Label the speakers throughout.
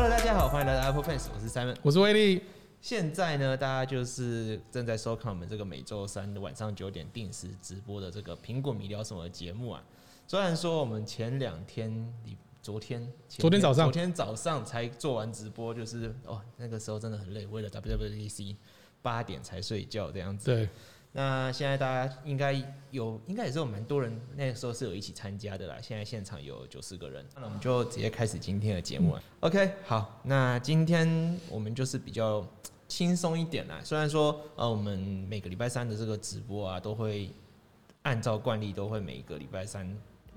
Speaker 1: 来的 Apple Fans，我是 Simon。
Speaker 2: 我是哎威力，
Speaker 1: 现在呢，大家就是正在收看我们这个每周三的晚上九点定时直播的这个苹果迷聊什么节目啊。虽然说我们前两天，你昨天、前
Speaker 2: 昨天早上
Speaker 1: 昨天早上才做完直播，就是哦，那个时候真的很累，为了 WWDC 八点才睡觉这样子。
Speaker 2: 对，
Speaker 1: 那现在大家应该有，应该也是有蛮多人那个时候是有一起参加的啦。现在现场有九十个人，那我们就直接开始今天的节目
Speaker 2: 嗯
Speaker 1: 了。OK，好，那今天我们就是比较轻松一点啦。虽然说呃，我们每个礼拜三的这个直播啊，都会按照惯例都会每个礼拜三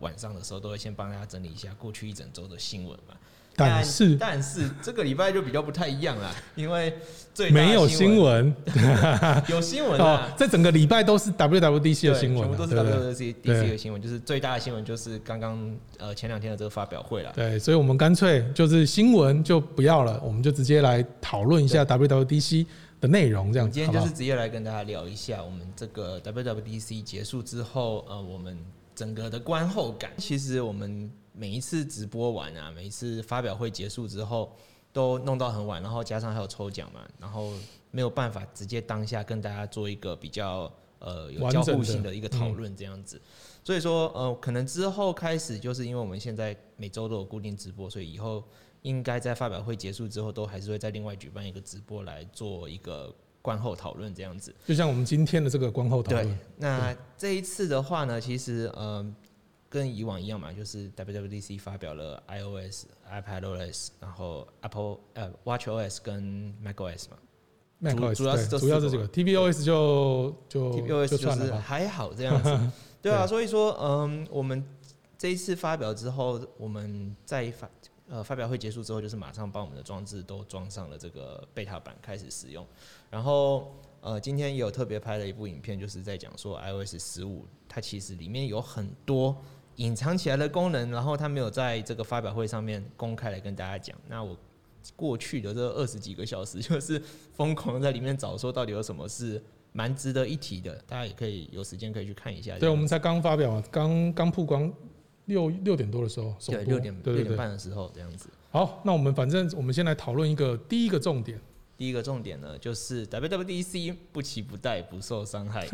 Speaker 1: 晚上的时候都会先帮大家整理一下过去一整周的新闻嘛。
Speaker 2: 但是
Speaker 1: 但是这个礼拜就比较不太一样啦，因为最大的
Speaker 2: 没有
Speaker 1: 新
Speaker 2: 新
Speaker 1: 闻，
Speaker 2: 闻
Speaker 1: 有新闻啊
Speaker 2: 哦。，这整个礼拜都是 WWDC
Speaker 1: 对，
Speaker 2: 的新闻
Speaker 1: 全部
Speaker 2: 啊，
Speaker 1: 都是
Speaker 2: 对不对
Speaker 1: WWDC
Speaker 2: 对
Speaker 1: DC 的新闻，就是最大的新闻就是刚刚呃前两天的这个发表会啦。
Speaker 2: 对，所以我们干脆就是新闻就不要了，我们就直接来讨论一下 WWDC 的内容，这
Speaker 1: 我
Speaker 2: 样
Speaker 1: 们
Speaker 2: 子
Speaker 1: 今天
Speaker 2: 嗯好
Speaker 1: 就
Speaker 2: 不好
Speaker 1: 是直接来跟大家聊一下我们这个 WWDC 结束之后，呃，我们整个的观后感。其实我们每一次直播完啊，每一次发表会结束之后，都弄到很晚，然后加上还有抽奖嘛，然后没有办法直接当下跟大家做一个比较呃有
Speaker 2: 完
Speaker 1: 交
Speaker 2: 整
Speaker 1: 互
Speaker 2: 的
Speaker 1: 性的一个讨论这样子。所以说，呃，可能之后开始，就是因为我们现在每周都有固定直播，所以以后应该在发表会结束之后，都还是会再另外举办一个直播来做一个观后讨论这样子。
Speaker 2: 就像我们今天的这个观后讨
Speaker 1: 对
Speaker 2: 论，，
Speaker 1: 那这一次的话呢，其实呃，跟以往一样嘛，就是呃 WWDC 发表了 iOS、iPadOS，然后 Apple 呃 WatchOS 跟 macOS 嘛
Speaker 2: m a c
Speaker 1: 主
Speaker 2: o
Speaker 1: 主要是这
Speaker 2: 主要
Speaker 1: 四
Speaker 2: 是这
Speaker 1: 个
Speaker 2: 个 TVOS 就就
Speaker 1: TPOS 就
Speaker 2: 就算
Speaker 1: 是
Speaker 2: 了吧，
Speaker 1: 还好这样 子，对啊，
Speaker 2: 对
Speaker 1: 所以说嗯，我们这一次发表之后，我们在发呃发表会结束之后，就是马上把我们的装置都装上了这个贝塔版开始使用，然后。呃，今天也有特别拍了一部影片，就是在讲说 iOS 十五，它其实里面有很多隐藏起来的功能，然后它没有在这个发表会上面公开来跟大家讲。那我过去的这二十几个小时，就是疯狂地在里面找，说到底有什么是蛮值得一提的，大家也可以有时间可以去看一下。
Speaker 2: 对，我们才刚发表嘛，刚刚曝光六六点多的时候，首
Speaker 1: 对
Speaker 2: 播
Speaker 1: 六点
Speaker 2: 对
Speaker 1: 六
Speaker 2: 对
Speaker 1: 点
Speaker 2: 对。
Speaker 1: 半的时候这样子。
Speaker 2: 好，那我们反正我们先来讨论一个第一个重点，
Speaker 1: 第一个重点呢，就是 WWDC 不期不待，不受伤 害。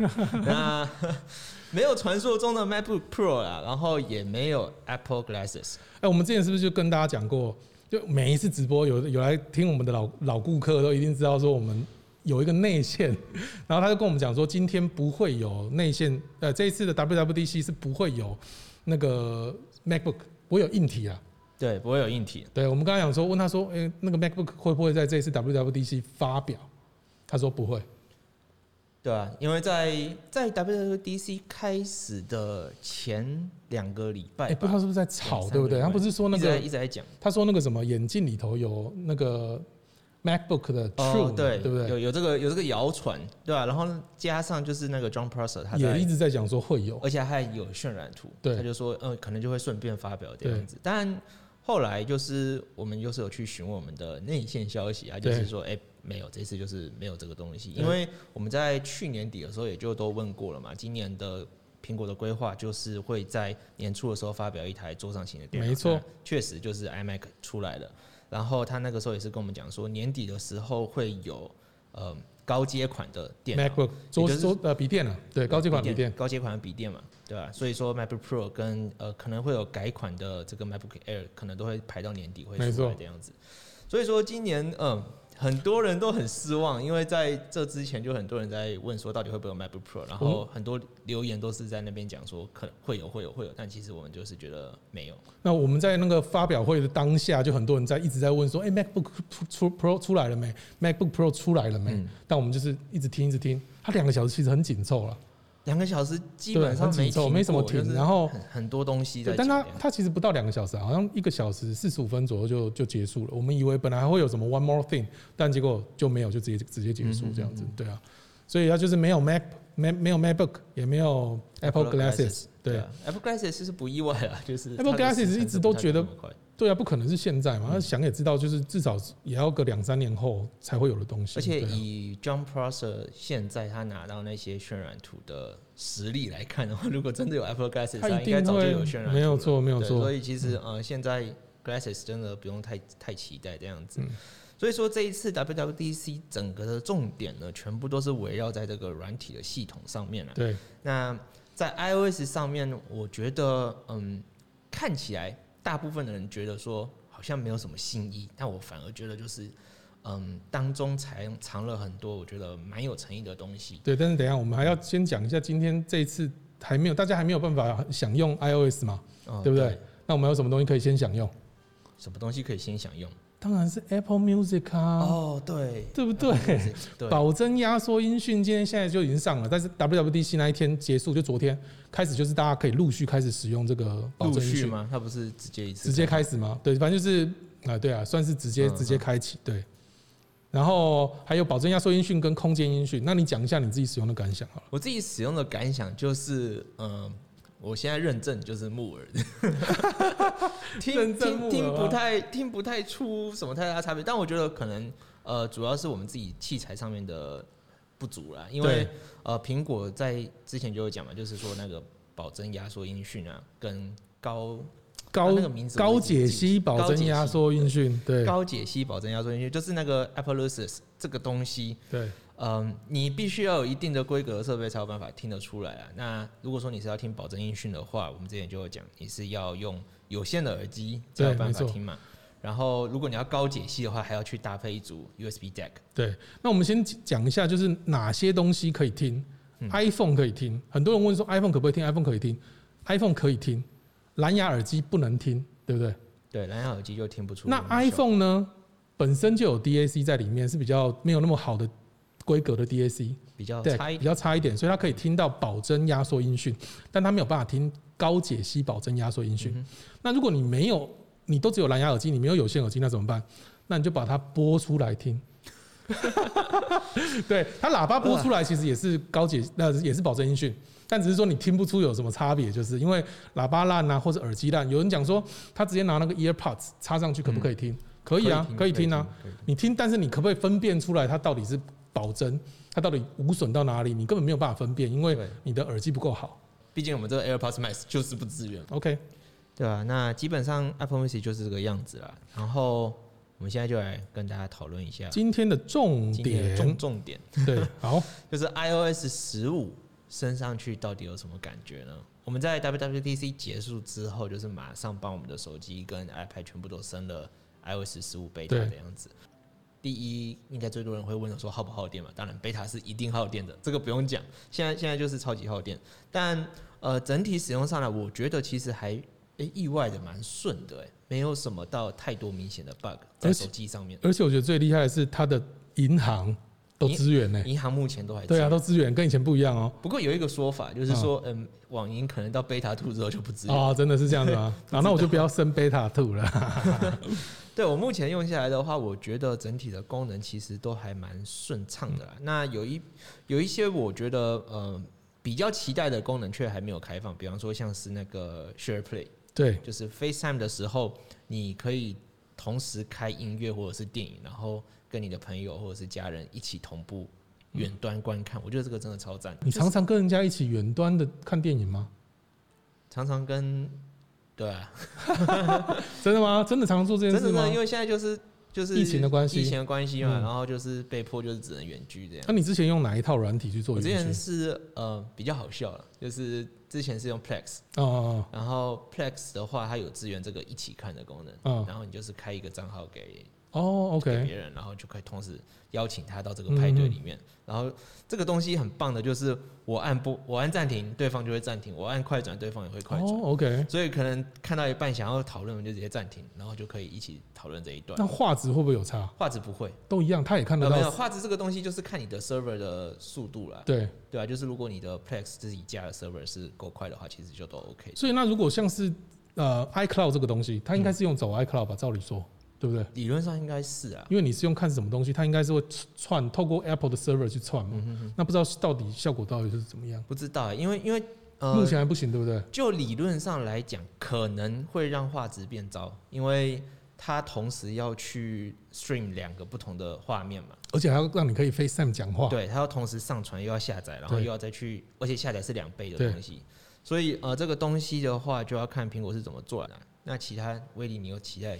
Speaker 1: 那 没有传说中的 MacBook Pro 啦，然后也没有 Apple Glasses。
Speaker 2: 哎、我们之前是不是就跟大家讲过，就每一次直播有有来听我们的老老顾客都一定知道说我们有一个内线，然后他就跟我们讲说今天不会有内线，呃，这一次的 WWDC 是不会有那个 MacBook，不会有硬体啊。
Speaker 1: 对，不会有硬体。
Speaker 2: 对我们刚刚讲说，问他说，哎、那个 MacBook 会不会在这一次 WWDC 发表？他说不会。
Speaker 1: 对啊，因为在在 WWDC 开始的前两个礼
Speaker 2: 哎、
Speaker 1: 拜
Speaker 2: 不知
Speaker 1: 吧，
Speaker 2: 道是不是在
Speaker 1: 两
Speaker 2: 吵，
Speaker 1: 三
Speaker 2: 对不对？
Speaker 1: 个礼拜
Speaker 2: 他不是说那
Speaker 1: 一直在
Speaker 2: 个
Speaker 1: 一，直在讲
Speaker 2: 他说那个什么眼镜里头有那个 MacBook 的 True，、
Speaker 1: 哦，对
Speaker 2: 对不对？
Speaker 1: 有有这个有这个谣传，对吧、啊然后加上就是那个 John Prosser 他
Speaker 2: 也一
Speaker 1: 在，
Speaker 2: 直在讲说会有。
Speaker 1: 而且他还有渲染图，
Speaker 2: 对
Speaker 1: 他就说，嗯、可能就会顺便发表这样子。但后来就是我们就是有去询问我们的内线消息，他就是
Speaker 2: 对
Speaker 1: 说，哎、没有，这次就是没有这个东西，
Speaker 2: 对
Speaker 1: 因为我们在去年底的时候也就都问过了嘛，今年的。苹果的规划就是会在年初的时候发表一台桌上型的电脑，
Speaker 2: 没错，
Speaker 1: 确实就是 iMac 出来了。然后他那个时候也是跟我们讲说，年底的时候会有呃高阶款的电脑
Speaker 2: MacBook 桌
Speaker 1: 就是
Speaker 2: 桌呃笔电啊，对，高级款笔电，
Speaker 1: 高阶款的笔电嘛，对吧、所以说 MacBook Pro 跟呃可能会有改款的这个 MacBook Air 可能都会排到年底会
Speaker 2: 没
Speaker 1: 出来
Speaker 2: 错
Speaker 1: 这样子。所以说今年嗯、很多人都很失望，因为在这之前就很多人在问说到底会不会有 MacBook Pro，然
Speaker 2: 嗯
Speaker 1: 后很多留言都是在那边讲说可能会有会有会有，但其实我们就是觉得没有。
Speaker 2: 那我们在那个发表会的当下，就很多人在一直在问说，哎、m a c b o o k 出 Pro 出来了没？MacBook Pro 出来了没？
Speaker 1: 嗯
Speaker 2: 但我们就是一直听一直听，它两个小时其实很紧凑了，
Speaker 1: 两个小时基本上
Speaker 2: 对很
Speaker 1: 没
Speaker 2: 紧凑
Speaker 1: 停过，
Speaker 2: 没什么停
Speaker 1: 就是
Speaker 2: 然后
Speaker 1: 很很多东西在
Speaker 2: 对，
Speaker 1: 讲
Speaker 2: 但
Speaker 1: 这
Speaker 2: 它
Speaker 1: 样。
Speaker 2: 它其实不到两个小时啊，好像一个小时四十五分左右就就结束了。我们以为本来还会有什么 One More Thing，但结果就没有，就直接直接结
Speaker 1: 嗯
Speaker 2: 束这样子，对啊，所以它就是没有 Mac。没没有 MacBook，也没有 Apple Glasses，对
Speaker 1: 啊，Apple Glasses 是不意外啊，就是
Speaker 2: Apple
Speaker 1: 它的
Speaker 2: Glasses
Speaker 1: 市场
Speaker 2: 一直都
Speaker 1: 不太
Speaker 2: 觉得
Speaker 1: 那么快
Speaker 2: 对啊，不可能是现
Speaker 1: 嗯
Speaker 2: 在嘛，他想也知道，就是至少也要个两三年后才会有的东西。
Speaker 1: 而且
Speaker 2: 对啊
Speaker 1: 以 John Prosser 现在他拿到那些渲染图的实力来看的话，如果真的有 Apple Glasses，
Speaker 2: 他
Speaker 1: 他
Speaker 2: 一
Speaker 1: 应该
Speaker 2: 定
Speaker 1: 早就
Speaker 2: 会
Speaker 1: 有渲染图了
Speaker 2: 没有错，没有
Speaker 1: 对
Speaker 2: 错嗯
Speaker 1: 所。以其实呃，现在 Glasses 真的不用太太期待这样子。所以说这一次 WWDC 整个的重点呢，全部都是围绕在这个软体的系统上面啊了。
Speaker 2: 对，
Speaker 1: 那在 iOS 上面，我觉得嗯，看起来大部分的人觉得说好像没有什么新意，但我反而觉得就是嗯，当中才藏了很多我觉得蛮有诚意的东西。
Speaker 2: 对，但是等一下我们还要先讲一下，今天这一次还没有，大家还没有办法享用 iOS 嘛？
Speaker 1: 嗯
Speaker 2: 对不哦对？那我们有什么东西可以先享用？
Speaker 1: 什么东西可以先享用？
Speaker 2: 当然是 Apple Music 啊，
Speaker 1: 哦， 对，
Speaker 2: 对不对？
Speaker 1: 对，
Speaker 2: 保真压缩音讯今天现在就已经上了，但是 WWDC 那一天结束，就昨天开始，就是大家可以陆续开始使用这个保
Speaker 1: 陆
Speaker 2: 真音
Speaker 1: 续
Speaker 2: 讯，
Speaker 1: 吗？它不是直接一次
Speaker 2: 直接开始吗？对，反正就是啊、对啊，算是直接
Speaker 1: 嗯嗯
Speaker 2: 直接开启，对。然后还有保真压缩音讯跟空间音讯，那你讲一下你自己使用的感想好了。
Speaker 1: 我自己使用的感想就是，嗯，我现在认证就是木耳， 听
Speaker 2: 认证木
Speaker 1: 听听
Speaker 2: 耳吗
Speaker 1: 不太听不太出什么太大差别，但我觉得可能呃，主要是我们自己器材上面的不足啦，因为
Speaker 2: 对
Speaker 1: 呃，苹果在之前就有讲嘛，就是说那个保真压缩音讯啊，跟高
Speaker 2: 高、
Speaker 1: 啊那个名字我
Speaker 2: 高
Speaker 1: 一直记
Speaker 2: 解
Speaker 1: 不
Speaker 2: 析
Speaker 1: 高
Speaker 2: 保真
Speaker 1: 解
Speaker 2: 压
Speaker 1: 析
Speaker 2: 缩音讯，对
Speaker 1: 高解析保真压缩音讯，就是那个 Apple Lucis 这个东西，
Speaker 2: 对
Speaker 1: 嗯，你必须要有一定的规格的设备才有办法听得出来啊。那如果说你是要听保证音讯的话，我们之前就有讲，你是要用有线的耳机才有
Speaker 2: 对
Speaker 1: 办
Speaker 2: 没
Speaker 1: 法
Speaker 2: 错
Speaker 1: 听嘛。然后如果你要高解析的话，还要去搭配一组 USB jack。
Speaker 2: 对。那我们先讲一下，就是哪些东西可以听、
Speaker 1: 嗯
Speaker 2: i p h o n e 可以听，很多人问说 iPhone 可不可以听？iPhone 可以听，iPhone 可以听，蓝牙耳机不能听，对不对？
Speaker 1: 对，蓝牙耳机就听不出
Speaker 2: 那
Speaker 1: 音效
Speaker 2: iPhone 呢，本身就有 DAC 在里面，是比较没有那么好的规格的 DAC，
Speaker 1: 比较
Speaker 2: 对
Speaker 1: 差，一
Speaker 2: 比
Speaker 1: 点。
Speaker 2: 较差一点，所以它可以听到保真压缩音讯，但它没有办法听高解析保真压缩音讯。
Speaker 1: 嗯
Speaker 2: 那如果你没有，你都只有蓝牙耳机，你没有有线耳机，那怎么办？那你就把它播出来听。 对，它喇叭播出来其实也是高解，那、也是保证音讯，但只是说你听不出有什么差别，就是因为喇叭烂啊，或者耳机烂。有人讲说，他直接拿那个 earpods 插上去，可不可以听？可以啊，嗯可以听啊。。
Speaker 1: 可以
Speaker 2: 你听，但是你可不可以分辨出来它到底是保真，它到底无损到哪里？你根本没有办法分辨，因为
Speaker 1: 对
Speaker 2: 你的耳机不够好。
Speaker 1: 毕竟我们这个 AirPods Max 就是不支援。
Speaker 2: OK，
Speaker 1: 对啊，那基本上 Apple Music 就是这个样子啦。然后我们现在就来跟大家讨论一下
Speaker 2: 今天的重
Speaker 1: 啊今天的
Speaker 2: 点，
Speaker 1: 重重点。
Speaker 2: 对，好，
Speaker 1: 就是 iOS 十五升上去到底有什么感觉呢？我们在 WWDC 结束之后，就是马上帮我们的手机跟 iPad 全部都升了 iOS 十五 beta
Speaker 2: 对
Speaker 1: 的样子。第一，应该最多人会问说耗不耗电嘛？当然，beta 是一定耗电的，这个不用讲。现在现在就是超级耗电，但呃，整体使用上来，我觉得其实还、诶意外的蛮顺的、诶，没有什么到太多明显的 bug 在
Speaker 2: 而且
Speaker 1: 手机上面。
Speaker 2: 而且我觉得最厉害的是它的银行都支援呢、
Speaker 1: 银行目前都还
Speaker 2: 对
Speaker 1: 支
Speaker 2: 啊，
Speaker 1: 援
Speaker 2: 都支援，跟以前不一样哦。
Speaker 1: 不过有一个说法，就是说，嗯，网银可能到贝塔 two 之后就不支援。
Speaker 2: 啊、真的是这样 子吗？啊，那我就不要升 beta two 了。
Speaker 1: 对我目前用下来的话，我觉得整体的功能其实都还蛮顺畅的啦。
Speaker 2: 嗯
Speaker 1: 那有一有一些我觉得，呃，比较期待的功能却还没有开放，比方说像是那个 Share Play，
Speaker 2: 对，
Speaker 1: 就是 FaceTime 的时候，你可以同时开音乐或者是电影，然后跟你的朋友或者是家人一起同步远端观看。我觉得这个真的超赞。
Speaker 2: 你常常跟人家一起远端的看电影吗？
Speaker 1: 常常跟对啊，
Speaker 2: 真的吗？真的常常做这件
Speaker 1: 真
Speaker 2: 事
Speaker 1: 的
Speaker 2: 吗
Speaker 1: 呢，？因为现在就是就是
Speaker 2: 疫情的关系
Speaker 1: 疫情的关系嘛，
Speaker 2: 嗯
Speaker 1: 然后就是被迫就是只能远距这样。
Speaker 2: 那、你之前用哪一套软体去做
Speaker 1: 我之
Speaker 2: 远
Speaker 1: 前
Speaker 2: 距？
Speaker 1: 是呃比较好笑了，就是之前是用 Plex，
Speaker 2: 哦哦
Speaker 1: 然后 Plex 的话它有支援这个一起看的功能，
Speaker 2: 嗯
Speaker 1: 然后你就是开一个账号给
Speaker 2: 哦哦
Speaker 1: 给
Speaker 2: ，OK，
Speaker 1: 别人，然后就可以同时邀请他到这个派对里面。然后这个东西很棒的就是我按不我按暂停，对方就会暂停；我按快转，对方也会快转。
Speaker 2: 哦，OK。
Speaker 1: 所以可能看到一半想要讨论，我们就直接暂停，然后就可以一起讨论这一段
Speaker 2: 那。画质会不会有差？
Speaker 1: 画质不会，
Speaker 2: 都一样，他也看得
Speaker 1: 呃，没有
Speaker 2: 到。
Speaker 1: 画质这个东西就是看你的 server 的速度啦，
Speaker 2: 对，
Speaker 1: 对啊，就是如果你的 Plex 自己架的 server 是够快的话，其实就都 OK。
Speaker 2: 所以那如果像是呃 iCloud 这个东西，它应该
Speaker 1: 嗯
Speaker 2: 是用走 iCloud 吧？照理说，对不对？
Speaker 1: 理论上应该是啊，
Speaker 2: 因为你是用看什么东西，它应该是会串透过 Apple 的 server 去串
Speaker 1: 嗯
Speaker 2: 嘛。那不知道到底效果到底是怎么样？
Speaker 1: 不知道、欸，因为因为
Speaker 2: 目
Speaker 1: 呃，
Speaker 2: 前还不行，对不对？
Speaker 1: 就理论上来讲，可能会让画质变糟，因为它同时要去 stream 两个不同的画面嘛，
Speaker 2: 而且还要让你可以 FaceTime 讲话。
Speaker 1: 对，它要同时上传又要下载，然后
Speaker 2: 对
Speaker 1: 又要再去，而且下载是两倍的
Speaker 2: 对
Speaker 1: 东西，所以呃，这个东西的话就要看苹果是怎么做的啊。那其他威力，你有期待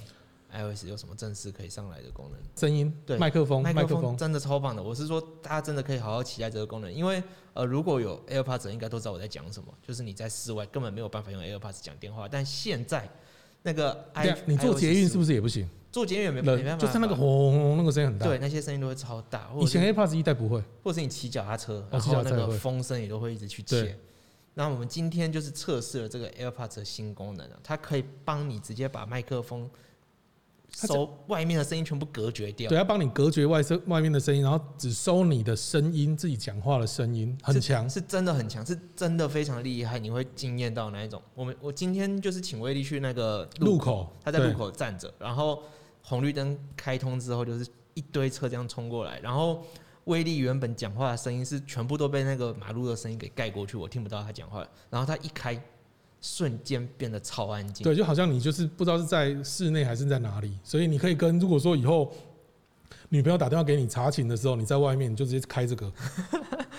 Speaker 1: iOS 有什么正式可以上来的功能。
Speaker 2: 声音、
Speaker 1: 对
Speaker 2: 麦克风、麦克风，
Speaker 1: 真的超棒的，我是说大家真的可以好好期待这个功能，因为呃，如果有 AirPods 的应该都知道我在讲什么，就是你在室外根本没有办法用 AirPods 讲电话，但现在那个
Speaker 2: 对啊
Speaker 1: i
Speaker 2: 你做捷运是
Speaker 1: 不
Speaker 2: 不是也不行？
Speaker 1: 做捷运也没没
Speaker 2: 冷
Speaker 1: 办法，
Speaker 2: 就是那个轰轰轰那个声音很大。
Speaker 1: 对那些声音都会超大，或
Speaker 2: 以
Speaker 1: 者是
Speaker 2: 前 AirPods 一代不会，
Speaker 1: 或者是你骑脚踏车，
Speaker 2: 哦
Speaker 1: 然
Speaker 2: 骑脚
Speaker 1: 后
Speaker 2: 踏
Speaker 1: 那
Speaker 2: 车也
Speaker 1: 个
Speaker 2: 会
Speaker 1: 风声也都会一直去
Speaker 2: 对
Speaker 1: 切。那我们今天就是测试了这个 AirPods 的新功能啊，它可以帮你直接把麦克风
Speaker 2: 它这
Speaker 1: 收外面的声音全部隔绝掉
Speaker 2: 对，。要帮你隔绝外声外面的声音，然后只收你的声音，自己讲话的声音，很
Speaker 1: 是
Speaker 2: 强。
Speaker 1: 是真的很强，是真的非常厉害，你会惊艳到那一种。我们我今天就是请威力去那个
Speaker 2: 路，口，
Speaker 1: 他在
Speaker 2: 对
Speaker 1: 路口站着，然后红绿灯开通之后，就是一堆车这样冲过来，然后威力原本讲话的声音是全部都被那个马路的声音给盖过去，我听不到他讲话了。然后他一开，瞬间变得超安静。
Speaker 2: 对，就好像你就是不知道是在室内还是在哪里，所以你可以跟如果说以后女朋友打电话给你查寝的时候，你在外面你就直接开 这个，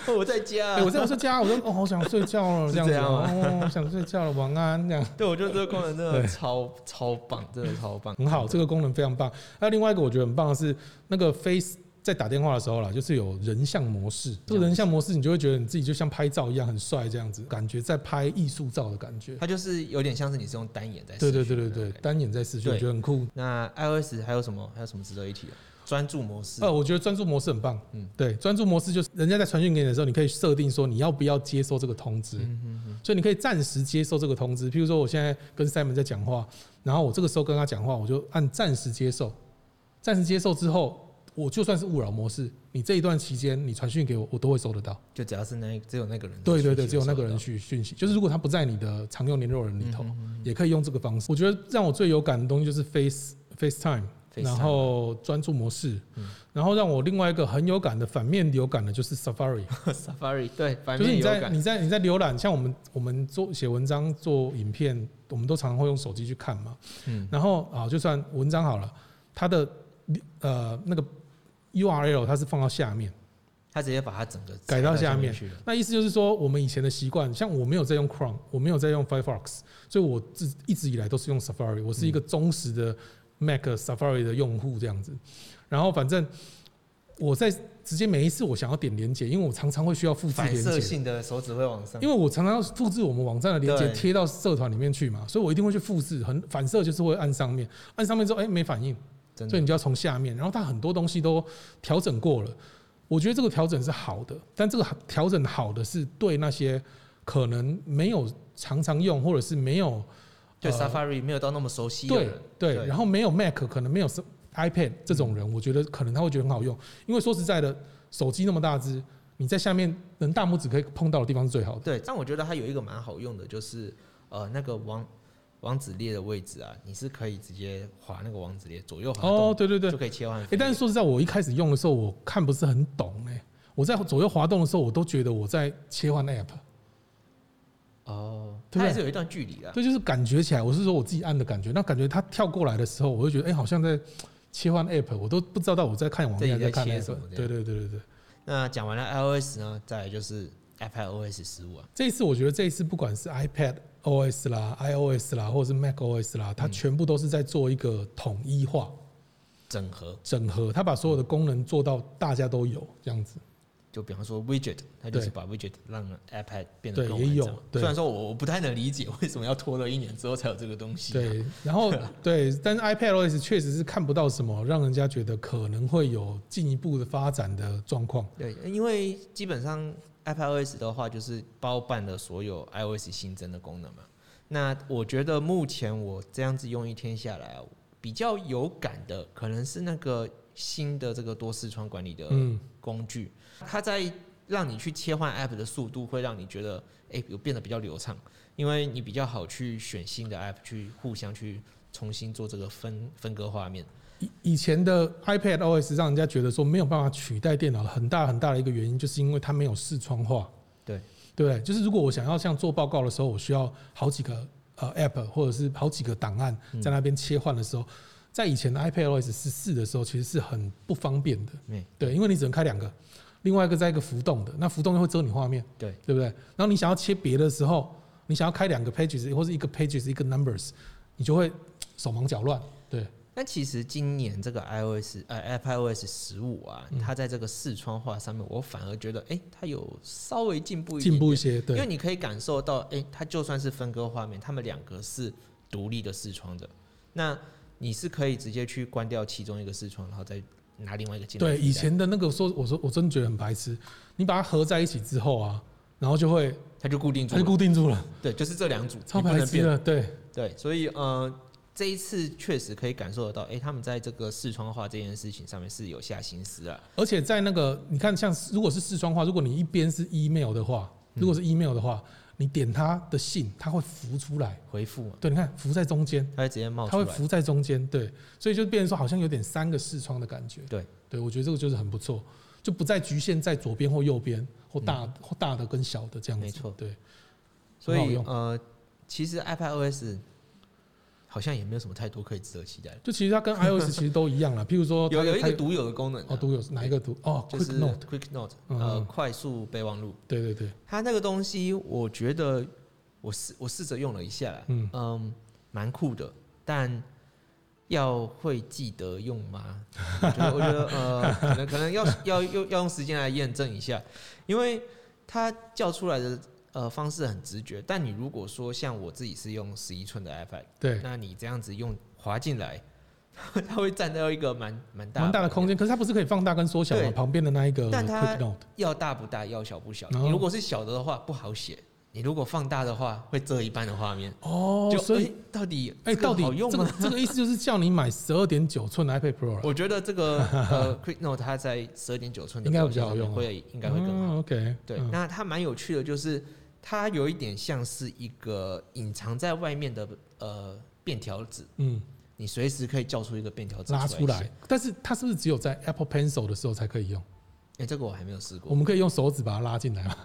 Speaker 1: 我在家啊、
Speaker 2: 哎、我在我在家，我就哦好想睡觉了，
Speaker 1: 是
Speaker 2: 这样子，
Speaker 1: 这样啊吗
Speaker 2: 哦想睡觉了，晚安，这样
Speaker 1: 对，我觉得这个功能真
Speaker 2: 对
Speaker 1: 的超超棒，真的超棒，
Speaker 2: 很好，这个功能非常棒。还有另外一个我觉得很棒的是那个 Face。在打电话的时候啦，就是有人像模式。这个人像模式，你就会觉得你自己就像拍照一样很帅，这样子，感觉在拍艺术照的感觉。
Speaker 1: 它就是有点像是你是用单眼在
Speaker 2: 对对
Speaker 1: 视讯
Speaker 2: 对对
Speaker 1: 的那种
Speaker 2: 对，
Speaker 1: 感觉
Speaker 2: 单眼在视讯，
Speaker 1: 对
Speaker 2: 我觉得很酷。
Speaker 1: 那 iOS 还有什么还有什么值得一提的？啊专注模式
Speaker 2: 呃，我觉得专注模式很棒。嗯
Speaker 1: 嗯，
Speaker 2: 对，专注模式就是人家在传讯给你的时候，你可以设定说你要不要接收这个通知，
Speaker 1: 嗯
Speaker 2: 所以你可以暂时接收这个通知。譬如说，我现在跟 Simon 在讲话，然后我这个时候跟他讲话，我就按暂时接受。暂时接受之后，我就算是勿扰模式，你这一段期间你传讯给我，我都会收得到。
Speaker 1: 就只要是那只有那个人的
Speaker 2: 对
Speaker 1: 讯息的
Speaker 2: 对对，只有那个人
Speaker 1: 时
Speaker 2: 去讯息，就是如果他不在你的常用联络人里头
Speaker 1: 嗯哼，
Speaker 2: 也可以用这个方式。我觉得让我最有感的东西就是 Face
Speaker 1: 候
Speaker 2: FaceTime。
Speaker 1: 收到，
Speaker 2: 然
Speaker 1: FaceTime
Speaker 2: 后专注模式，然后让我另外一个很有感的反面有感的就是 Safari，
Speaker 1: Safari 对，反
Speaker 2: 就是
Speaker 1: 面
Speaker 2: 你
Speaker 1: 有
Speaker 2: 在
Speaker 1: 感，
Speaker 2: 你在你在浏览，像我们我们做写文章、做影片，我们都常常会用手机去看嘛。
Speaker 1: 嗯，
Speaker 2: 然后啊，就算文章好了，它的呃那个 URL 它是放到下面，
Speaker 1: 他直接把它整个
Speaker 2: 改到
Speaker 1: 下
Speaker 2: 下面
Speaker 1: 去了，
Speaker 2: 那意思就是说我们以前的习惯，像我没有在用 Chrome，我没有在用 Firefox，所以我自一直以来都是用 Safari，我是一个忠实的 Mac Safari 的用户这样子。然后反正我在直接每一次我想要点连接，因为我常常会需要复制
Speaker 1: 反
Speaker 2: 连
Speaker 1: 射
Speaker 2: 接。
Speaker 1: 性的手指会往上，
Speaker 2: 因为我常常要复制我们网站的连接
Speaker 1: 对
Speaker 2: 贴到社团里面去嘛，所以我一定会去复制，很反射就是会按上面，按上面之后哎、没反应，
Speaker 1: 真
Speaker 2: 所以
Speaker 1: 的
Speaker 2: 你就要从下面，然后它很多东西都调整过了。我觉得这个调整是好的，但这个调整好的是对那些可能没有常常用或者是没有
Speaker 1: 对
Speaker 2: 呃
Speaker 1: Safari 没有到那么熟悉的
Speaker 2: 对
Speaker 1: 人，
Speaker 2: 对，
Speaker 1: 对
Speaker 2: 然后没有 Mac 可能没有 iPad 这种人，我觉得可能他会觉得很好用，因为说实在的，手机那么大只，你在下面能大拇指可以碰到的地方是最好的。
Speaker 1: 对，但我觉得它有一个蛮好用的，就是呃那个网网址列的位置啊，你是可以直接划那个网址列左右滑
Speaker 2: 哦，
Speaker 1: 动
Speaker 2: 对对对
Speaker 1: 就，可以切换
Speaker 2: 哎、。但是说实在，我一开始用的时候，我看不是很懂哎、我在左右滑动的时候，我都觉得我在切换 App。
Speaker 1: 哦，它
Speaker 2: 对不对
Speaker 1: 还是有一段距离的，
Speaker 2: 对，就是感觉起来，我是说我自己按的感觉。那感觉它跳过来的时候，我就觉得哎、诶好像在切换 app，我都不知道到我在看网
Speaker 1: 自己
Speaker 2: 页还是在
Speaker 1: 在
Speaker 2: 看
Speaker 1: 切
Speaker 2: app
Speaker 1: 什么。这
Speaker 2: 对
Speaker 1: 样
Speaker 2: 对对对对。
Speaker 1: 那讲完了 iOS 呢，再来就是 iPadOS 十五啊，
Speaker 2: 这一次我觉得这一次不管是 iPad OS 啦、iOS 啦，或者是 Mac OS 啦，
Speaker 1: 嗯
Speaker 2: 它全部都是在做一个统一化
Speaker 1: 整合，
Speaker 2: 整合，它把所有的功能做到大家都有这样子。
Speaker 1: 就比方说 widget，它就是
Speaker 2: 对
Speaker 1: 把 widget 让 iPad 变
Speaker 2: 对
Speaker 1: 得更
Speaker 2: 也
Speaker 1: 完
Speaker 2: 有
Speaker 1: 整。
Speaker 2: 对
Speaker 1: 虽然说我我不太能理解为什么要拖了一年之后才有这个东西、，啊
Speaker 2: 对，然后对，但是 iPad OS 确实是看不到什么让人家觉得可能会有进一步的发展的状况。
Speaker 1: 对，因为基本上 iPadOS 的话就是包办了所有 iOS 新增的功能嘛。那我觉得目前我这样子用一天下来啊，比较有感的可能是那个新的这个多视窗管理的
Speaker 2: 嗯，
Speaker 1: 工具，它在让你去切换 App 的速度，会让你觉得诶有变得比较流畅，因为你比较好去选新的 App 去互相去重新做这个分分割画面。
Speaker 2: 以以前的 iPad OS 让人家觉得说没有办法取代电脑，很大很大的一个原因就是因为它没有视窗化。
Speaker 1: 对
Speaker 2: 对不对，就是如果我想要像做报告的时候，我需要好几个呃 App 或者是好几个档案
Speaker 1: 嗯
Speaker 2: 在那边切换的时候，在以前的 iPad OS 十四的时候，其实是很不方便的。
Speaker 1: 嗯
Speaker 2: 对，因为你只能开两个，另外一个在一个浮动的，那浮动又会遮你画面，
Speaker 1: 对
Speaker 2: 对不对？然后你想要切别的时候，你想要开两个 pages 或是一个 pages 一个 numbers，你就会嘖手忙脚乱。对
Speaker 1: 那其实今年这个 iOS 呃 iPadOS 十五啊，
Speaker 2: 嗯
Speaker 1: 它在这个视窗化上面，我反而觉得哎、诶它有稍微进步一点
Speaker 2: 进
Speaker 1: 点
Speaker 2: 步一些，
Speaker 1: 因为
Speaker 2: 对，
Speaker 1: 你可以感受到，哎、它就算是分割画面，它们两个是独立的视窗的。那你是可以直接去关掉其中一个视窗，然后再拿另外一个进来替代。
Speaker 2: 对以前的那个说，我说我真觉得很白痴，你把它合在一起之后啊，然后就会
Speaker 1: 它就固定住
Speaker 2: 它就
Speaker 1: 了，
Speaker 2: 固定住了，
Speaker 1: 对，就是这两组，
Speaker 2: 超
Speaker 1: 你不
Speaker 2: 白
Speaker 1: 能
Speaker 2: 痴
Speaker 1: 变。
Speaker 2: 的，对，
Speaker 1: 对，所以呃，这一次确实可以感受得到，哎、他们在这个视窗化这件事情上面是有下心思啊。
Speaker 2: 而且在那个你看像如果是视窗化，如果你一边是 email 的话，
Speaker 1: 嗯
Speaker 2: 如果是 email 的话，你点它的信，它会浮出来，
Speaker 1: 回复嘛，
Speaker 2: 对，你看浮在中间。
Speaker 1: 它会直接冒
Speaker 2: 它
Speaker 1: 出
Speaker 2: 会
Speaker 1: 来。
Speaker 2: 浮在中间，对，所以就变成说好像有点三个视窗的感觉。
Speaker 1: 对，
Speaker 2: 对我觉得这个就是很不错，就不再局限在左边或右边或大、或大的跟小的这样
Speaker 1: 嗯
Speaker 2: 子。
Speaker 1: 没错
Speaker 2: 对，
Speaker 1: 所
Speaker 2: 很好
Speaker 1: 以
Speaker 2: 用
Speaker 1: 呃，其实 iPadOS 好像也没有什么太多可以值得期待的。
Speaker 2: 就其实它跟 iOS 其实都一样啦，譬如说哦它
Speaker 1: 有有一
Speaker 2: 它
Speaker 1: 个独有的功能、啊，
Speaker 2: 哦，独有哪一个独哦
Speaker 1: 就是
Speaker 2: ，Quick Note，
Speaker 1: Quick Note，
Speaker 2: 嗯
Speaker 1: 呃，快速备忘录。
Speaker 2: 对对对，
Speaker 1: 它那个东西，我觉得我试我试着用了一下啦，
Speaker 2: 嗯
Speaker 1: 嗯，蛮酷的，但要会记得用吗？我觉得，我觉得呃，可能可能要要要要用时间来验证一下，因为它叫出来的呃方式很直觉，但你如果说像我自己是用十一寸的 iPad，
Speaker 2: 对，
Speaker 1: 那你这样子用滑进来， 它会占到一个蛮蛮大
Speaker 2: 蛮大的空间，可是它不是可以放大跟缩小吗？
Speaker 1: 对
Speaker 2: 旁边的那一个
Speaker 1: 但它
Speaker 2: Quick Note，
Speaker 1: 要大不大，要小不小。
Speaker 2: 哦
Speaker 1: 你如果是小的的话，不好写；你如果放大的话，会遮一半的画面。
Speaker 2: 哦，
Speaker 1: 就
Speaker 2: 所以
Speaker 1: 诶到底
Speaker 2: 哎、
Speaker 1: 这个
Speaker 2: 到底
Speaker 1: 好用
Speaker 2: 这个
Speaker 1: 吗？
Speaker 2: 这个意思就是叫你买十二点九寸的 iPad Pro 了，
Speaker 1: 我觉得这个呃 Quick Note 它在十二点九寸的
Speaker 2: 应该
Speaker 1: 表
Speaker 2: 比
Speaker 1: 现
Speaker 2: 较好
Speaker 1: 上面
Speaker 2: 用啊
Speaker 1: 会应该会更好。
Speaker 2: 嗯 OK，
Speaker 1: 对，
Speaker 2: 嗯
Speaker 1: 那它蛮有趣的，就是它有一点像是一个隐藏在外面的呃便条纸，
Speaker 2: 嗯，
Speaker 1: 你随时可以叫出一个便条纸
Speaker 2: 拉
Speaker 1: 出
Speaker 2: 出
Speaker 1: 写
Speaker 2: 来。但是它是不是只有在 Apple Pencil 的时候才可以用？
Speaker 1: 哎，这个我还没有试过
Speaker 2: 我。们可以用手指把它拉进来吗？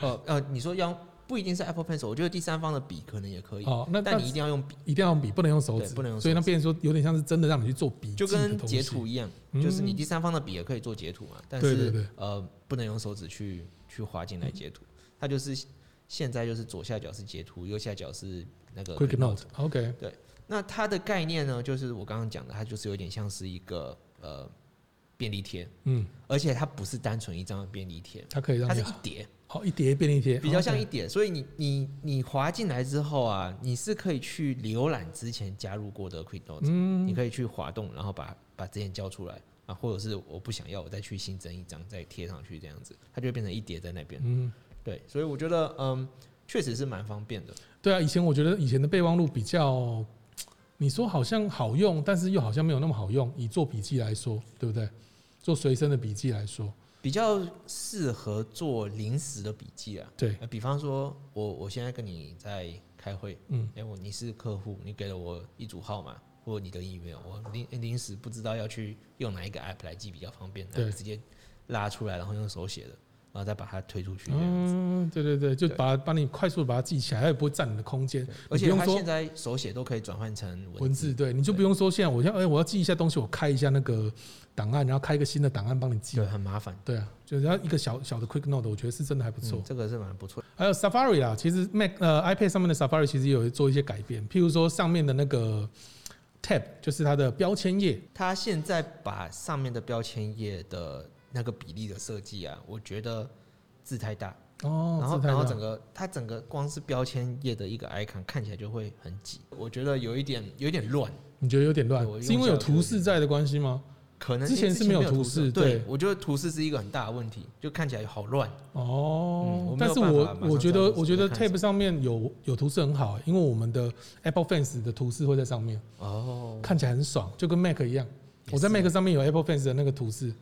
Speaker 1: 呃呃，你说要不一定是 Apple Pencil，我觉得第三方的笔可能也可以，
Speaker 2: 哦，那
Speaker 1: 但
Speaker 2: 但
Speaker 1: 你一定要用笔。
Speaker 2: 一定要用笔，不能用手指，
Speaker 1: 对不能用手指
Speaker 2: 所以那变成说有点像是真的让你去做笔记
Speaker 1: 就
Speaker 2: 的东西，
Speaker 1: 跟截图一样，
Speaker 2: 嗯
Speaker 1: 就是你第三方的笔也可以做截图嘛，但
Speaker 2: 对
Speaker 1: 是
Speaker 2: 对对
Speaker 1: 呃，不能用手指去去划进来截图，它就是现在就是左下角是截图，右下角是那个
Speaker 2: Quick
Speaker 1: Quick Note
Speaker 2: Note。OK，
Speaker 1: 那它的概念呢，就是我刚刚讲的，它就是有点像是一个呃便利贴，
Speaker 2: 嗯，
Speaker 1: 而且它不是单纯一张的便利贴，
Speaker 2: 它可以让
Speaker 1: 它是
Speaker 2: 你
Speaker 1: 一叠，
Speaker 2: 哦一叠便利贴，
Speaker 1: 比较像一
Speaker 2: 哦
Speaker 1: 叠，所以你你你划进来之后啊，你是可以去浏览之前加入过的 Quick Note
Speaker 2: 对。嗯，
Speaker 1: 你可以去滑动，然后把把之前交出来啊，或者是我不想要，我再去新增一张，再贴上去这样子，它就会变成一叠在那边。
Speaker 2: 嗯，
Speaker 1: 对，所以我觉得嗯，确实是蛮方便的。
Speaker 2: 对啊，以前我觉得以前的备忘录比较，你说好像好用，但是又好像没有那么好用。以做笔记来说，对不对？做随身的笔记来说，
Speaker 1: 比较适合做临时的笔记啊，
Speaker 2: 对，
Speaker 1: 呃比方说我我现在跟你在开会，
Speaker 2: 嗯，
Speaker 1: 哎、我你是客户，你给了我一组号码或你的 email，我临临时不知道要去用哪一个 app 来记比较方便，那
Speaker 2: 对
Speaker 1: 直接拉出来，然后用手写的，然后再把它推出去这样子。
Speaker 2: 嗯，对对对，就
Speaker 1: 对
Speaker 2: 把把你快速地把它记起来，它也不会占你的空间，
Speaker 1: 而且
Speaker 2: 你不
Speaker 1: 它
Speaker 2: 用说
Speaker 1: 现在手写都可以转换成文字，
Speaker 2: 文字，对，你就
Speaker 1: 对
Speaker 2: 不用说现在我要哎、我要记一下东西，我开一下那个档案，然后开一个新的档案帮你记
Speaker 1: 对，。很麻烦，
Speaker 2: 对啊，就是要一个小小的 Quick Note，我觉得是真的还不错。
Speaker 1: 嗯这个是蛮不错的。
Speaker 2: 还有呃 Safari 啦，其实 Mac 呃 iPad 上面的 Safari 其实也有做一些改变，譬如说上面的那个 Tab 就是它的标签页，
Speaker 1: 它现在把上面的标签页的那个比例的设计啊，我觉得字太大，
Speaker 2: 哦，
Speaker 1: 然后
Speaker 2: 字太
Speaker 1: 然后
Speaker 2: 大
Speaker 1: 整个它整个光是标签页的一个 icon 看起来就会很挤，我觉得有一点有一点乱，
Speaker 2: 你觉得有点乱
Speaker 1: 对我，用
Speaker 2: 是因为有
Speaker 1: 起来
Speaker 2: 图示在的关系吗？
Speaker 1: 可能
Speaker 2: 之前
Speaker 1: 因为
Speaker 2: 是
Speaker 1: 没
Speaker 2: 没有
Speaker 1: 图
Speaker 2: 图示
Speaker 1: 对
Speaker 2: 对
Speaker 1: 我觉得图示是一个很大的问题，就看起来好乱，嗯
Speaker 2: 哦，
Speaker 1: 我没有
Speaker 2: 但是
Speaker 1: 办法
Speaker 2: 我
Speaker 1: 马上
Speaker 2: 我觉
Speaker 1: 知道
Speaker 2: 得
Speaker 1: 你是
Speaker 2: 我觉得
Speaker 1: 在看什
Speaker 2: Tab 上面有有图示很好、欸因为我们的 Apple Fans 的图示会在上面，
Speaker 1: 哦，
Speaker 2: 看起来很爽，就跟 Mac 一样。
Speaker 1: 也
Speaker 2: 我在
Speaker 1: 是
Speaker 2: Mac 上面有 Apple Fans 的那个图示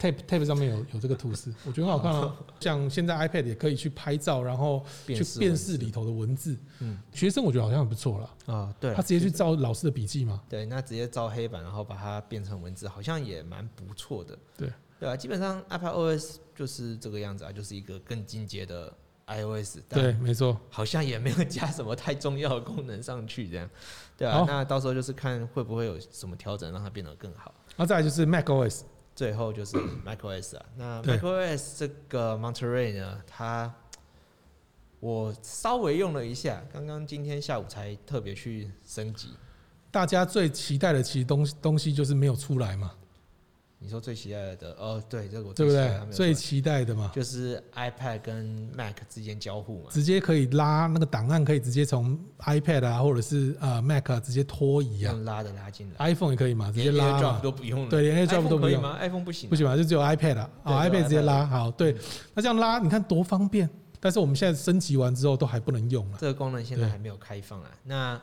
Speaker 2: ，Tab Tab 上面有有这个图示，我觉得很好看 啊。像现在 iPad 也可以去拍照，然后去辨
Speaker 1: 辨
Speaker 2: 识里头的文字。
Speaker 1: 嗯
Speaker 2: 学生我觉得好像很不错了，
Speaker 1: 啊，对
Speaker 2: 他，直接去照老师的笔记嘛。
Speaker 1: 对，那直接照黑板，然后把它变成文字，好像也蛮不错的。
Speaker 2: 对，
Speaker 1: 对啊，基本上 iPadOS 就是这个样子啊，就是一个更进阶的 iOS，但
Speaker 2: 对，没错。
Speaker 1: 好像也没有加什么太重要的功能上去，这样，对啊
Speaker 2: 好，
Speaker 1: 那到时候就是看会不会有什么调整，让它变得更好。
Speaker 2: 然后再来就是 Mac OS，
Speaker 1: 最后就是 macOS 啊，那
Speaker 2: 对
Speaker 1: macOS 这个 Monterey 呢，它我稍微用了一下，刚刚今天下午才特别去升级，
Speaker 2: 大家最期待的其实东西东西就是没有出来嘛，
Speaker 1: 你说最期待的，哦，对，这个我
Speaker 2: 对
Speaker 1: 最
Speaker 2: 不
Speaker 1: 期待它
Speaker 2: 对？
Speaker 1: 没有
Speaker 2: 最
Speaker 1: 出
Speaker 2: 期待的嘛
Speaker 1: 来，就是 iPad 跟 Mac 之间交互嘛，
Speaker 2: 直接可以拉那个档案，可以直接从 iPad 啊，或者是呃 Mac 啊直接拖移啊
Speaker 1: 用拉的拉进来，
Speaker 2: ，iPhone 也可以嘛，直接
Speaker 1: 嗯连
Speaker 2: 拉
Speaker 1: AirDrop
Speaker 2: 嘛，
Speaker 1: 都不用了，
Speaker 2: 对，连 AirDrop
Speaker 1: iPhone
Speaker 2: 都不
Speaker 1: 可以
Speaker 2: 用，
Speaker 1: 吗？iPhone 不行啊，
Speaker 2: 不行吧？就只有 iPad 啊，
Speaker 1: 对
Speaker 2: 啊
Speaker 1: 只有
Speaker 2: iPad 直接
Speaker 1: iPad
Speaker 2: 拉，好，对，那这样拉，你看多方便。但是我们现在升级完之后都还不能用啊，
Speaker 1: 这个功能现在
Speaker 2: 对
Speaker 1: 还没有开放啊。那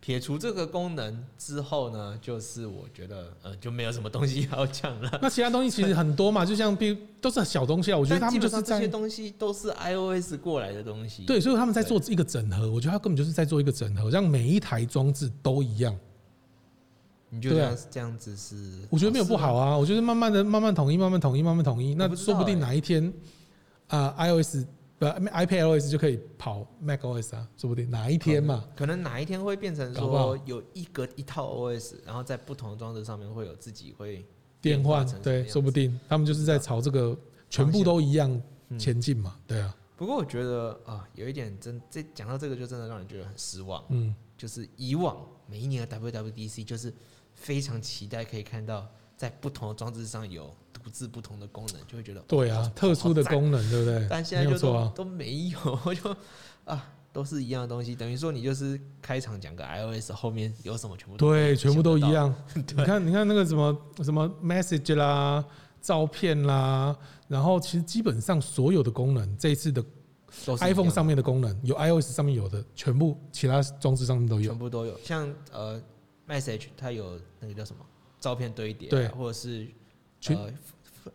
Speaker 1: 撇除这个功能之后呢，就是我觉得呃就没有什么东西要讲了。
Speaker 2: 那其他东西其实很多嘛，就像比如都是小东 西啊，我觉得
Speaker 1: 但
Speaker 2: 他
Speaker 1: 基
Speaker 2: 们就
Speaker 1: 本
Speaker 2: 是
Speaker 1: 上这些
Speaker 2: 在
Speaker 1: 东西都是 iOS 过来的东西。
Speaker 2: 对，所以他们在做一个整合。我觉得他根本就是在做一个整合，让每一台装置都一样。
Speaker 1: 哦你就这
Speaker 2: 对啊
Speaker 1: 样这样子是，
Speaker 2: 我觉得没有不好
Speaker 1: 啊。
Speaker 2: 啊，我觉得慢慢的、慢慢统一、慢慢统一、慢慢统一，
Speaker 1: 我
Speaker 2: 那
Speaker 1: 不知道
Speaker 2: 说不定
Speaker 1: 欸
Speaker 2: 哪一天啊、iOS 不 iPadOS 就可以跑 macOS 啊，说不定哪一天嘛。
Speaker 1: 可能哪一天会变成
Speaker 2: 搞不好
Speaker 1: 说有一个一套 OS，然后在不同的装置上面会有自己会
Speaker 2: 变
Speaker 1: 化
Speaker 2: 换
Speaker 1: 成什么
Speaker 2: 对，
Speaker 1: 样
Speaker 2: 说不
Speaker 1: 子。
Speaker 2: 定他们就是在朝这个全部都一样前进嘛。对啊，
Speaker 1: 嗯不过我觉得啊、有一点真这讲到这个就真的让人觉得很失望。
Speaker 2: 嗯，
Speaker 1: 就是以往每一年的 WWDC 就是非常期待可以看到在不同的装置上有独自不同的功能，就会觉得哦
Speaker 2: 对
Speaker 1: 哇好
Speaker 2: 啊
Speaker 1: 好，
Speaker 2: 特殊的
Speaker 1: 赞
Speaker 2: 功能，对不对？
Speaker 1: 但现在就
Speaker 2: 没有
Speaker 1: 都、
Speaker 2: 错啊。
Speaker 1: 都没有，就啊都是一样的东西，等于说你就是开场讲个 iOS，后面有什么全部都
Speaker 2: 对，全部都一
Speaker 1: 想得到。
Speaker 2: 样。你看，你看那个什么什么 message 啦、照片啦，然后其实基本上所有的功能，这一次的
Speaker 1: 都是一样
Speaker 2: iPhone
Speaker 1: 的
Speaker 2: 上面的功能，有 iOS 上面有的，全部其他装置上面哦都有
Speaker 1: 全。部都有，像呃 Message 它有那个叫什么照片堆叠啊，
Speaker 2: 对
Speaker 1: 或者是
Speaker 2: 群
Speaker 1: 呃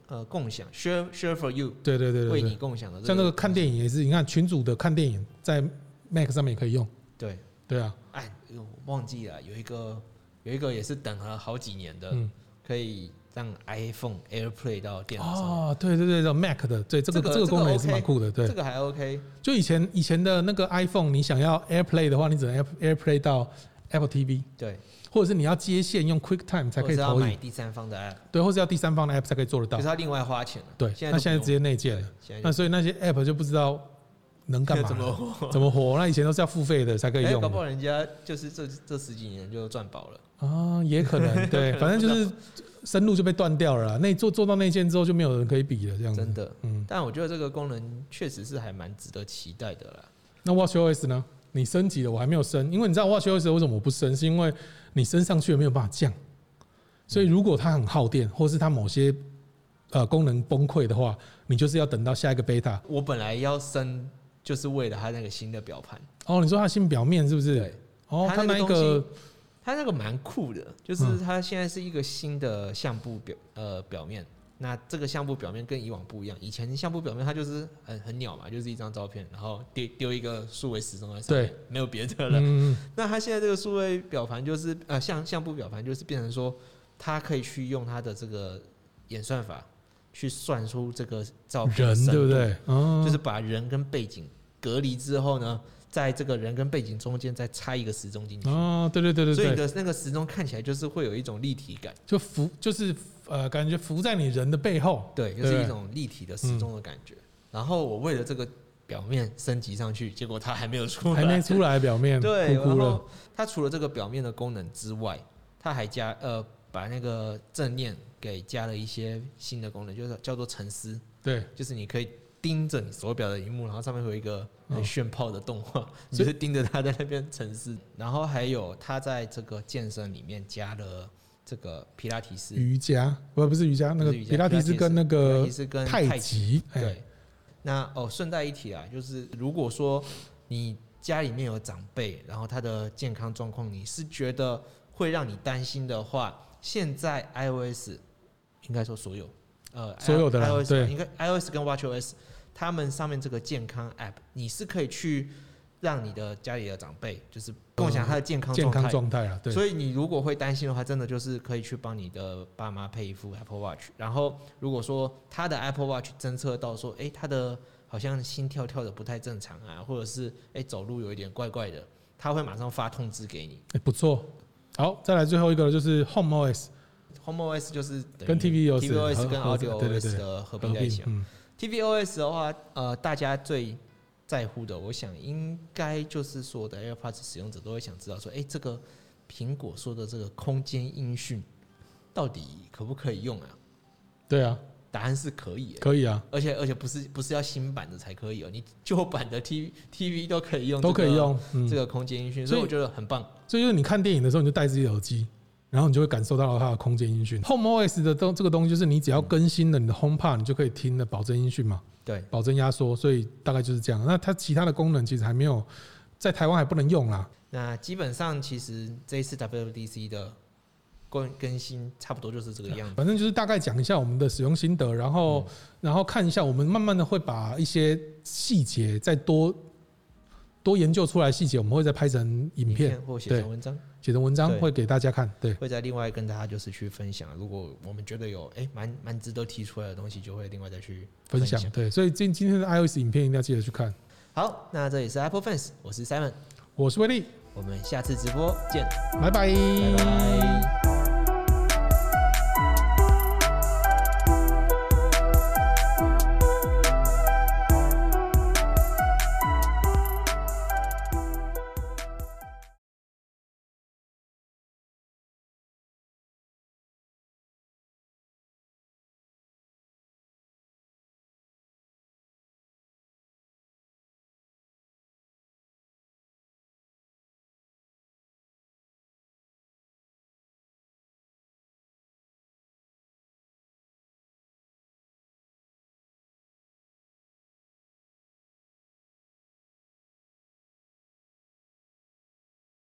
Speaker 1: 呃共享 share share for you
Speaker 2: 对对对
Speaker 1: 为
Speaker 2: 对
Speaker 1: 你
Speaker 2: 对，
Speaker 1: 共享的这
Speaker 2: 像那个
Speaker 1: 东
Speaker 2: 看
Speaker 1: 西
Speaker 2: 电影也是，你看群主的看电影在 Mac 上面也可以用。
Speaker 1: 对。
Speaker 2: 对啊，
Speaker 1: 哎，我忘记了，有一个有一个也是等了好几年的，
Speaker 2: 嗯
Speaker 1: 可以让 iPhone AirPlay 到电脑上面，
Speaker 2: 哦，对对对对，Mac 的，对这个
Speaker 1: 这个
Speaker 2: 这个功能也是
Speaker 1: 这个 OK，
Speaker 2: 蛮酷的。对
Speaker 1: 这，个还 OK。
Speaker 2: 就以前以前的那个 iPhone，你想要 AirPlay 的话，你只能 Air- AirPlay 到 Apple TV，
Speaker 1: 对，
Speaker 2: 或者是你要接线用 QuickTime 才
Speaker 1: 或
Speaker 2: 可
Speaker 1: 者
Speaker 2: 以
Speaker 1: 是要
Speaker 2: 投影
Speaker 1: 买。第三方的 app，
Speaker 2: 对，或是要第三方的 app 才可以做得
Speaker 1: 可
Speaker 2: 到
Speaker 1: 是。要另外花钱了。
Speaker 2: 对，
Speaker 1: 现在
Speaker 2: 那
Speaker 1: 都
Speaker 2: 现在
Speaker 1: 不
Speaker 2: 直接内
Speaker 1: 用
Speaker 2: 建了
Speaker 1: 对，，现在就
Speaker 2: 那所以那些 app 就不知道能干嘛
Speaker 1: 怎么
Speaker 2: 了，
Speaker 1: 活？
Speaker 2: 怎么活？那以前都是要付费的才可以
Speaker 1: 哎，
Speaker 2: 用
Speaker 1: 搞不
Speaker 2: 的
Speaker 1: 好人家就是这这十几年就赚饱了。
Speaker 2: 啊，也可能对， 反正就是深入就被断掉了啦。那做做到内建之后，就没有人可以比了，这样子。
Speaker 1: 真的，
Speaker 2: 嗯，
Speaker 1: 但我觉得这个功能确实是还蛮值得期待的啦。
Speaker 2: 那 WatchOS 呢？你升级了，我还没有升，因为你知道 WatchOS 为什么我不升，是因为你升上去了没有办法降，所以如果它很耗电，或是它某些呃功能崩溃的话，你就是要等到下一个 beta。
Speaker 1: 我本来要升，就是为了它那个新的表盘，
Speaker 2: 哦，你说它新表面是不是？
Speaker 1: 对，
Speaker 2: 哦，
Speaker 1: 它
Speaker 2: 它
Speaker 1: 那个
Speaker 2: 那一
Speaker 1: 东
Speaker 2: 个
Speaker 1: 西它那个蛮酷的，就是它现在是一个新的相簿表呃表面。那这个相簿表面跟以往不一样，以前相簿表面它就是很很鸟嘛，就是一张照片，然后丢丢一个数位时钟在上面，没有别的了。
Speaker 2: 嗯，
Speaker 1: 那它现在这个数位表盘就是呃相相簿表盘就是变成说，它可以去用它的这个演算法去算出这个照片的
Speaker 2: 人
Speaker 1: 深
Speaker 2: 对不
Speaker 1: 度
Speaker 2: 对？嗯，
Speaker 1: 就是把人跟背景隔离之后呢，在这个人跟背景中间再插一个时钟进去。
Speaker 2: 哦，对对对
Speaker 1: 所以
Speaker 2: 对
Speaker 1: 你
Speaker 2: 对，
Speaker 1: 的那个时钟看起来就是会有一种立体感，
Speaker 2: 就浮就是呃，感觉浮在你人的背后。
Speaker 1: 对，就
Speaker 2: 对嗯
Speaker 1: 是一种立体的时钟的感觉。然后我为了这个表面升级上去，结果它还没有出来，
Speaker 2: 还没出来，表 面
Speaker 1: 对，
Speaker 2: 哭哭
Speaker 1: 然
Speaker 2: 了
Speaker 1: 后，它除了这个表面的功能之外，它还加呃把那个正念给加了一些新的功能，就是叫做沉思，
Speaker 2: 对，
Speaker 1: 就是你可以盯着你手表的荧幕，然后上面会有一个很
Speaker 2: 嗯
Speaker 1: 炫炮的动
Speaker 2: 哦
Speaker 1: 画，你 就是盯着它在那边沉思。然后还有它在这个健身里面加了这个皮拉提斯，
Speaker 2: 瑜伽不不是瑜伽，那
Speaker 1: 不
Speaker 2: 个
Speaker 1: 是瑜伽
Speaker 2: 皮拉提斯跟那
Speaker 1: 皮拉
Speaker 2: 个
Speaker 1: 提斯跟
Speaker 2: 太
Speaker 1: 太极。
Speaker 2: 极，哎
Speaker 1: 对，，那哦，顺带一提啊，就是如果说你家里面有长辈，然后他的健康状况你是觉得会让你担心的话，现在 iOS 应该说所有呃
Speaker 2: 所有的啦
Speaker 1: iOS
Speaker 2: 对
Speaker 1: 应该 iOS 跟 WatchOS 他们上面这个健康 App，你是可以去让你的家里的长辈就是共享他的健康
Speaker 2: 健
Speaker 1: 状
Speaker 2: 康
Speaker 1: 态。
Speaker 2: 状态啊，对，
Speaker 1: 所以你如果会担心的话，真的就是可以去帮你的爸妈配一副 Apple Watch。然后如果说他的 Apple Watch 侦测到说，诶，他的好像心跳跳的不太正常啊，或者是诶走路有一点怪怪的，他会马上发通知给你。
Speaker 2: 哎不错。好，再来最后一个就是 Home OS
Speaker 1: Home OS 就是等于
Speaker 2: 跟 TVOS
Speaker 1: TVOS 跟
Speaker 2: 合合
Speaker 1: Audio
Speaker 2: 对对对
Speaker 1: OS 的合
Speaker 2: 合
Speaker 1: 并在一起
Speaker 2: 并
Speaker 1: 啊。，
Speaker 2: 嗯，
Speaker 1: TVOS 的话，呃，大家最在乎的，我想应该就是所有的 AirPods 使用者都会想知道说，诶，这个苹果说的这个空间音讯到底可不可以用啊？
Speaker 2: 对啊，
Speaker 1: 答案是可以、欸，
Speaker 2: 可以啊，
Speaker 1: 而且而且不是不是要新版的才可以哦、你旧版的 T T V 都可以用、
Speaker 2: 都可以用。嗯，
Speaker 1: 这个空间音讯，
Speaker 2: 所
Speaker 1: 所
Speaker 2: 以
Speaker 1: 以我觉得很棒。
Speaker 2: 所以就是你看电影的时候，你就带自己的耳机，然后你就会感受到它的空间音讯。Home OS 的东这个东西，就是你只要更新了你的 Home Pod，你就可以听的保证音讯嘛，
Speaker 1: 对，
Speaker 2: 保证压缩，所以大概就是这样。那它其他的功能其实还没有在台湾还不能用啦。
Speaker 1: 那基本上其实这一次 WDC 的更更新差不多就是这个样子。
Speaker 2: 反正就是大概讲一下我们的使用心得，然后、然后看一下，我们慢慢的会把一些细节再多多研究出来细节，我们会再拍成影片，
Speaker 1: 或写
Speaker 2: 对
Speaker 1: 成文章，
Speaker 2: 写成文章
Speaker 1: 对
Speaker 2: 会给大家看。对，
Speaker 1: 会再另外跟大家就是去分享。如果我们觉得有哎蛮蛮值得提出来的东西，就会另外再去
Speaker 2: 分
Speaker 1: 分
Speaker 2: 享。对，所以今今天的 iOS 影片一定要记得去看。
Speaker 1: 好，那这里是 Apple Fans，我是 Simon，
Speaker 2: 我是威力，
Speaker 1: 我们下次直播见，
Speaker 2: 拜拜
Speaker 1: 拜拜。